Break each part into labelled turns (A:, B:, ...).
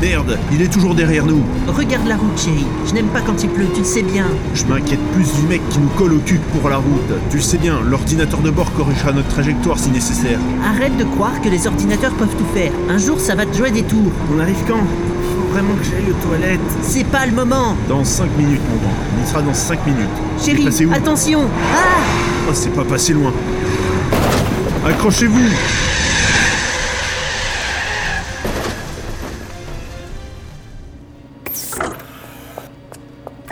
A: Merde, il est toujours derrière nous.
B: Regarde la route, chérie. Je n'aime pas quand il pleut, tu le sais bien.
A: Je m'inquiète plus du mec qui nous colle au cul que pour la route. Tu le sais bien, l'ordinateur de bord corrigera notre trajectoire si nécessaire.
B: Arrête de croire que les ordinateurs peuvent tout faire. Un jour, ça va te jouer des tours.
C: On arrive quand Faut vraiment que j'aille aux toilettes.
B: C'est pas le moment.
A: Dans 5 minutes, mon grand. On y sera dans 5 minutes.
B: Chérie,
A: C'est passé où
B: attention. Ah
A: Oh, c'est pas passé loin. Accrochez-vous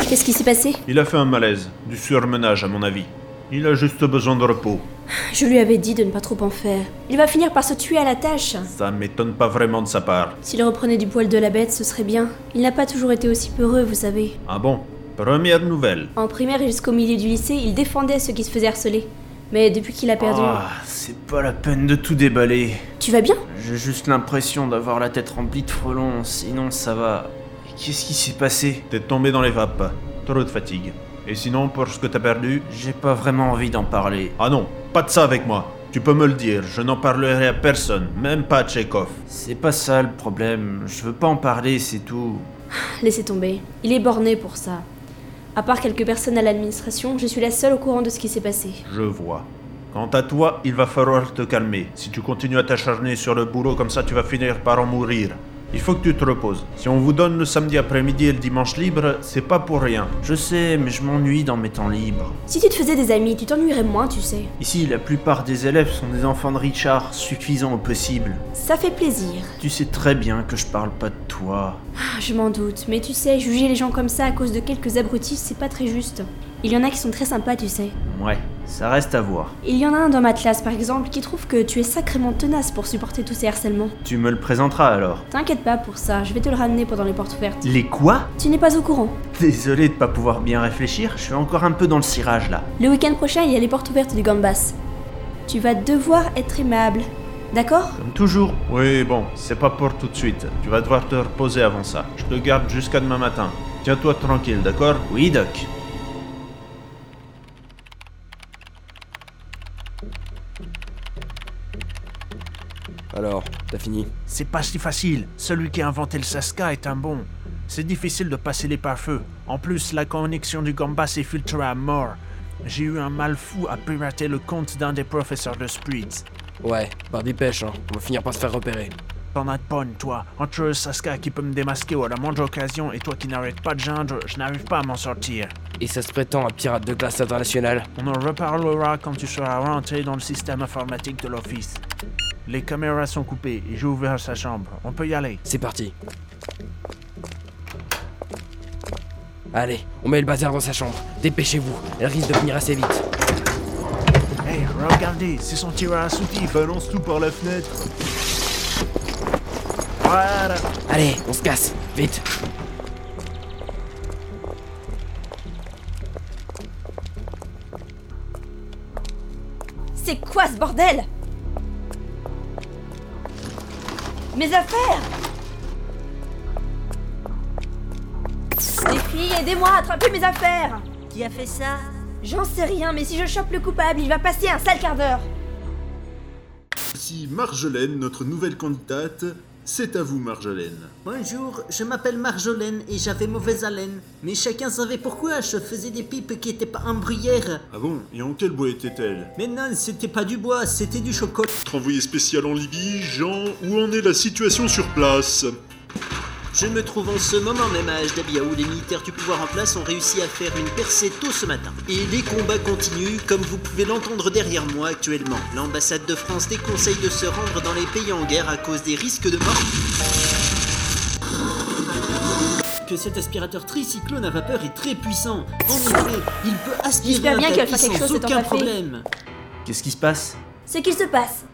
D: Qu'est-ce qui s'est passé
A: Il a fait un malaise, du surmenage à mon avis. Il a juste besoin de repos.
D: Je lui avais dit de ne pas trop en faire. Il va finir par se tuer à la tâche.
A: Ça m'étonne pas vraiment de sa part.
D: S'il reprenait du poil de la bête, ce serait bien. Il n'a pas toujours été aussi peureux, vous savez.
A: Ah bon Première nouvelle.
D: En primaire et jusqu'au milieu du lycée, il défendait ceux qui se faisaient harceler. Mais depuis qu'il a perdu...
C: Ah, c'est pas la peine de tout déballer.
D: Tu vas bien
C: J'ai juste l'impression d'avoir la tête remplie de frelons, sinon ça va. Et Qu'est-ce qui s'est passé
A: T'es tombé dans les vapes. Trop de fatigue. Et sinon, pour ce que t'as perdu
C: J'ai pas vraiment envie d'en parler.
A: Ah non, pas de ça avec moi. Tu peux me le dire, je n'en parlerai à personne, même pas à Tchekhov.
C: C'est pas ça le problème, je veux pas en parler, c'est tout.
D: Laissez tomber. Il est borné pour ça. À part quelques personnes à l'administration, je suis la seule au courant de ce qui s'est passé.
A: Je vois. Quant à toi, il va falloir te calmer. Si tu continues à t'acharner sur le boulot comme ça, tu vas finir par en mourir. Il faut que tu te reposes. Si on vous donne le samedi après-midi et le dimanche libre, c'est pas pour rien.
C: Je sais, mais je m'ennuie dans mes temps libres.
D: Si tu te faisais des amis, tu t'ennuierais moins, tu sais.
C: Ici, la plupart des élèves sont des enfants de Richard, suffisants au possible.
D: Ça fait plaisir.
C: Tu sais très bien que je parle pas de toi.
D: Ah, je m'en doute, mais tu sais, juger les gens comme ça à cause de quelques abrutis, c'est pas très juste. Il y en a qui sont très sympas, tu sais.
C: Ouais, ça reste à voir.
D: Il y en a un dans ma classe, par exemple, qui trouve que tu es sacrément tenace pour supporter tous ces harcèlements.
C: Tu me le présenteras alors.
D: T'inquiète pas pour ça, je vais te le ramener pendant les portes ouvertes.
C: Les quoi
D: Tu n'es pas au courant.
C: Désolé de pas pouvoir bien réfléchir, je suis encore un peu dans le cirage là.
D: Le week-end prochain, il y a les portes ouvertes du Gambas. Tu vas devoir être aimable. D'accord
C: Comme toujours.
A: Oui, bon, c'est pas pour tout de suite. Tu vas devoir te reposer avant ça. Je te garde jusqu'à demain matin. Tiens-toi tranquille, d'accord
C: Oui, Doc.
E: Alors, t'as fini
F: C'est pas si facile. Celui qui a inventé le Saska est un bon. C'est difficile de passer les pare-feux. En plus, la connexion du Gamba s'est filtrée à mort. J'ai eu un mal fou à pirater le compte d'un des professeurs de Spritz.
E: Ouais, par dépêche, hein. On va finir par se faire repérer.
F: T'en as de bonnes, toi. Entre le Saska qui peut me démasquer à la moindre occasion et toi qui n'arrêtes pas de geindre, je n'arrive pas à m'en sortir.
E: Et ça se prétend un pirate de classe internationale.
F: On en reparlera quand tu seras rentré dans le système informatique de l'office. Les caméras sont coupées et j'ai ouvert sa chambre. On peut y aller.
E: C'est parti. Allez, on met le bazar dans sa chambre. Dépêchez-vous, elle risque de venir assez vite.
F: Hey, regardez, c'est son tireur à soutif.
A: Balance tout par la fenêtre.
F: Voilà.
E: Allez, on se casse, vite.
D: C'est quoi ce bordel Mes affaires Les filles, aidez-moi à attraper mes affaires
B: Qui a fait ça
D: J'en sais rien, mais si je chope le coupable, il va passer un sale quart d'heure
G: Ici Marjolaine, notre nouvelle candidate. C'est à vous, Marjolaine.
B: Bonjour, je m'appelle Marjolaine et j'avais mauvaise haleine. Mais chacun savait pourquoi je faisais des pipes qui étaient pas en bruyère.
G: Ah bon Et en quel bois était-elle
B: Mais non, c'était pas du bois, c'était du chocolat.
G: Notre envoyé spécial en Libye, Jean, où en est la situation sur place
B: Je me trouve en ce moment même à Ajdabia où les militaires du pouvoir en place ont réussi à faire une percée tôt ce matin. Et les combats continuent, comme vous pouvez l'entendre derrière moi actuellement. L'ambassade de France déconseille de se rendre dans les pays en guerre à cause des risques de mort. Que cet aspirateur tricyclone à vapeur est très puissant. En effet, il peut aspirer
D: J'espère bien
B: un
D: qu'elle
B: tapis
D: fera quelque
B: sans
D: chose, cet
B: aucun
D: empaffé.
B: problème.
C: Qu'est-ce qui se passe
D: Ce qu'il se passe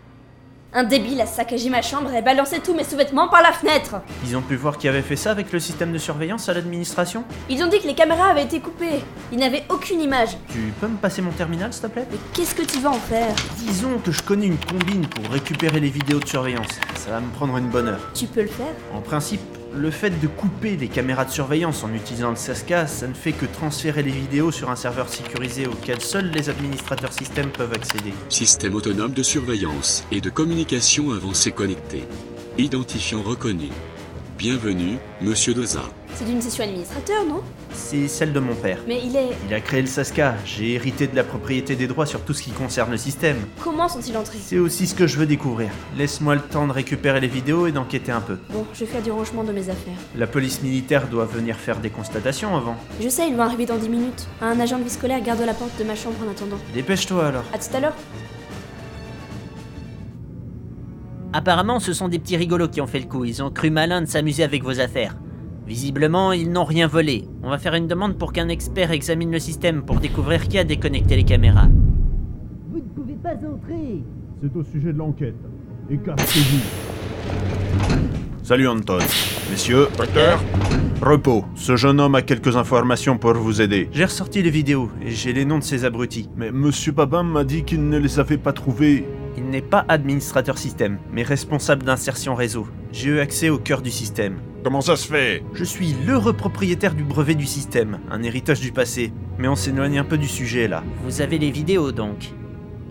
D: Un débile a saccagé ma chambre et balancé tous mes sous-vêtements par la fenêtre
C: Ils ont pu voir qui avait fait ça avec le système de surveillance à l'administration
D: Ils ont dit que les caméras avaient été coupées Ils n'avaient aucune image
C: Tu peux me passer mon terminal, s'il te plaît
D: Mais qu'est-ce que tu vas en faire
C: Disons que je connais une combine pour récupérer les vidéos de surveillance. Ça va me prendre une bonne heure.
D: Tu peux le faire
C: En principe, le fait de couper les caméras de surveillance en utilisant le Saska, ça ne fait que transférer les vidéos sur un serveur sécurisé auquel seuls les administrateurs système peuvent accéder.
H: Système autonome de surveillance et de communication avancée connecté. Identifiant reconnu. Bienvenue, monsieur Doza.
D: C'est d'une session administrateur, non
C: C'est celle de mon père.
D: Mais il est.
C: Il a créé le Saska, j'ai hérité de la propriété des droits sur tout ce qui concerne le système.
D: Comment sont-ils entrés
C: C'est aussi ce que je veux découvrir. Laisse-moi le temps de récupérer les vidéos et d'enquêter un peu.
D: Bon, je vais faire du rangement de mes affaires.
C: La police militaire doit venir faire des constatations avant.
D: Je sais, ils vont arriver dans 10 minutes. Un agent de vie scolaire garde la porte de ma chambre en attendant.
C: Dépêche-toi alors.
D: À tout à l'heure.
B: Apparemment, ce sont des petits rigolos qui ont fait le coup. Ils ont cru malin de s'amuser avec vos affaires. Visiblement, ils n'ont rien volé. On va faire une demande pour qu'un expert examine le système pour découvrir qui a déconnecté les caméras.
I: Vous ne pouvez pas entrer
J: C'est au sujet de l'enquête. Écartez-vous.
A: Salut Anton. Messieurs, docteur. Repos. Ce jeune homme a quelques informations pour vous aider.
C: J'ai ressorti les vidéos et j'ai les noms de ces abrutis.
A: Mais monsieur Babin m'a dit qu'il ne les avait pas trouvés.
C: Il n'est pas administrateur système, mais responsable d'insertion réseau. J'ai eu accès au cœur du système.
A: Comment ça se fait
C: Je suis l'heureux propriétaire du brevet du système, un héritage du passé. Mais on s'éloigne un peu du sujet là.
B: Vous avez les vidéos donc.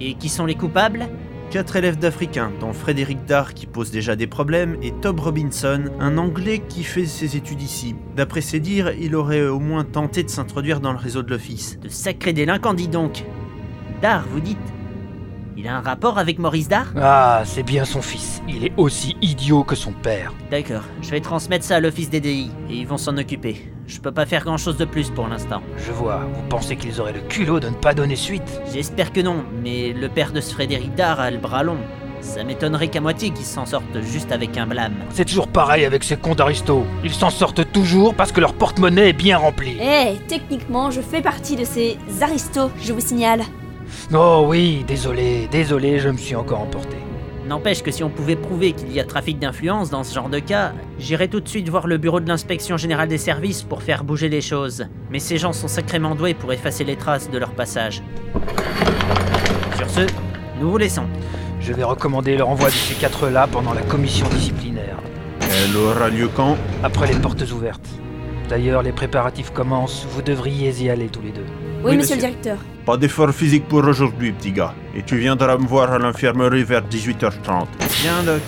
B: Et qui sont les coupables
C: Quatre élèves d'Africains, dont Frédéric Dard qui pose déjà des problèmes, et Tob Robinson, un Anglais qui fait ses études ici. D'après ses dires, il aurait au moins tenté de s'introduire dans le réseau de l'Office.
B: De sacrés délinquants, dis donc Dard, vous dites Il a un rapport avec Maurice Dard
K: Ah, c'est bien son fils. Il est aussi idiot que son père.
B: D'accord, je vais transmettre ça à l'Office des DI, et ils vont s'en occuper. Je peux pas faire grand chose de plus pour l'instant.
K: Je vois, vous pensez qu'ils auraient le culot de ne pas donner suite
B: J'espère que non, mais le père de ce Frédéric Dard a le bras long. Ça m'étonnerait qu'à moitié qu'ils s'en sortent juste avec un blâme.
K: C'est toujours pareil avec ces cons d'aristo. Ils s'en sortent toujours parce que leur porte-monnaie est bien remplie.
D: Eh, techniquement, je fais partie de ces aristos, je vous signale.
K: Oh oui, désolé, désolé, je me suis encore emporté.
B: N'empêche que si on pouvait prouver qu'il y a trafic d'influence dans ce genre de cas, j'irais tout de suite voir le bureau de l'inspection générale des services pour faire bouger les choses. Mais ces gens sont sacrément doués pour effacer les traces de leur passage. Sur ce, nous vous laissons.
K: Je vais recommander le renvoi de ces quatre-là pendant la commission disciplinaire,
A: Elle aura lieu quand
K: après les portes ouvertes. D'ailleurs, les préparatifs commencent, vous devriez y aller tous les deux.
D: Oui, monsieur le directeur.
A: Pas d'effort physique pour aujourd'hui, petit gars. Et tu viendras me voir à l'infirmerie vers 18h30.
C: Bien, Doc.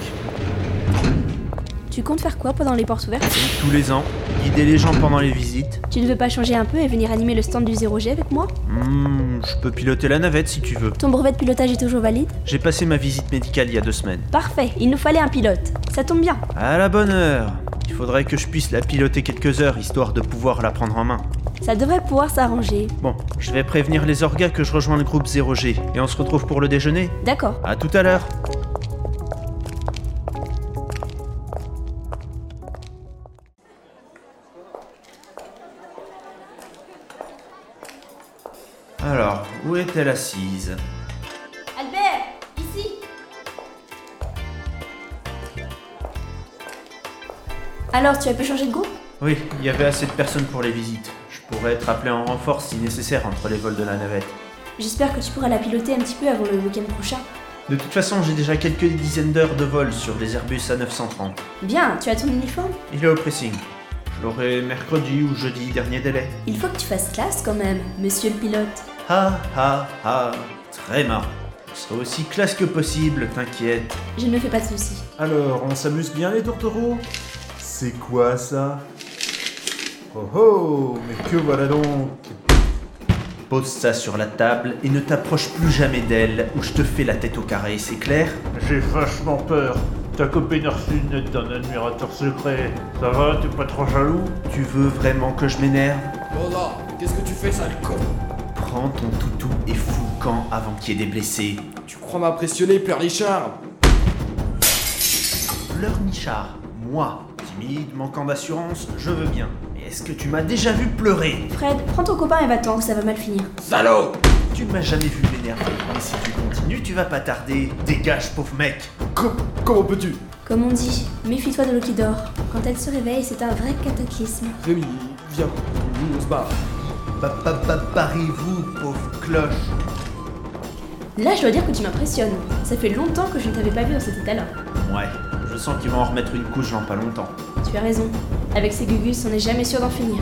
D: Tu comptes faire quoi pendant les portes ouvertes
C: Tous les ans, guider les gens pendant les visites.
D: Tu ne veux pas changer un peu et venir animer le stand du 0G avec moi
C: Hmm, je peux piloter la navette si tu veux.
D: Ton brevet de pilotage est toujours valide
C: J'ai passé ma visite médicale il y a deux semaines.
D: Parfait, il nous fallait un pilote. Ça tombe bien.
C: À la bonne heure. Il faudrait que je puisse la piloter quelques heures histoire de pouvoir la prendre en main.
D: Ça devrait pouvoir s'arranger.
C: Bon, je vais prévenir les orgas que je rejoins le groupe 0G et on se retrouve pour le déjeuner.
D: D'accord.
C: À tout à l'heure. Alors, où est-elle assise
D: Albert, ici Alors, tu as pu changer de groupe
C: Oui, il y avait assez de personnes pour les visites. Je pourrais être appelé en renfort si nécessaire entre les vols de la navette.
D: J'espère que tu pourras la piloter un petit peu avant le week-end prochain.
C: De toute façon, j'ai déjà quelques dizaines d'heures de vol sur les Airbus A930.
D: Bien, tu as ton uniforme
C: Il est au pressing. Je l'aurai mercredi ou jeudi, dernier délai.
D: Il faut que tu fasses classe quand même, monsieur le pilote.
C: Ha ha ha, très marrant. Sois aussi classe que possible, t'inquiète.
D: Je ne me fais pas de soucis.
G: Alors, on s'amuse bien les tourtereaux C'est quoi ça Oh oh Mais que voilà donc
C: Pose ça sur la table et ne t'approche plus jamais d'elle ou je te fais la tête au carré, c'est clair
F: J'ai vachement peur. Ta copine a reçu une lettre d'un admirateur secret. Ça va, t'es pas trop jaloux
C: Tu veux vraiment que je m'énerve
L: Lola, qu'est-ce que tu fais, sale con
C: Prends ton toutou et fous le camp avant qu'il y ait des blessés.
L: Tu crois m'impressionner, Père Richard
C: Pleurnichard, moi, timide, manquant d'assurance, je veux bien. Mais est-ce que tu m'as déjà vu pleurer
D: Fred, prends ton copain et va-t'en, ça va mal finir.
L: Salaud
C: Tu m'as jamais vu m'énerver. Mais si tu continues, tu vas pas tarder. Dégage, pauvre mec
L: Com- Comment peux-tu
D: Comme on dit, méfie-toi de l'eau qui dort. Quand elle se réveille, c'est un vrai cataclysme.
L: Rémi, viens, on se barre.
C: Barrez-vous, pauvre cloche
D: Là, je dois dire que tu m'impressionnes. Ça fait longtemps que je ne t'avais pas vu dans cet état-là.
C: Ouais, je sens qu'ils vont en remettre une couche dans pas longtemps.
D: Tu as raison. Avec ces gugus, on n'est jamais sûr d'en finir.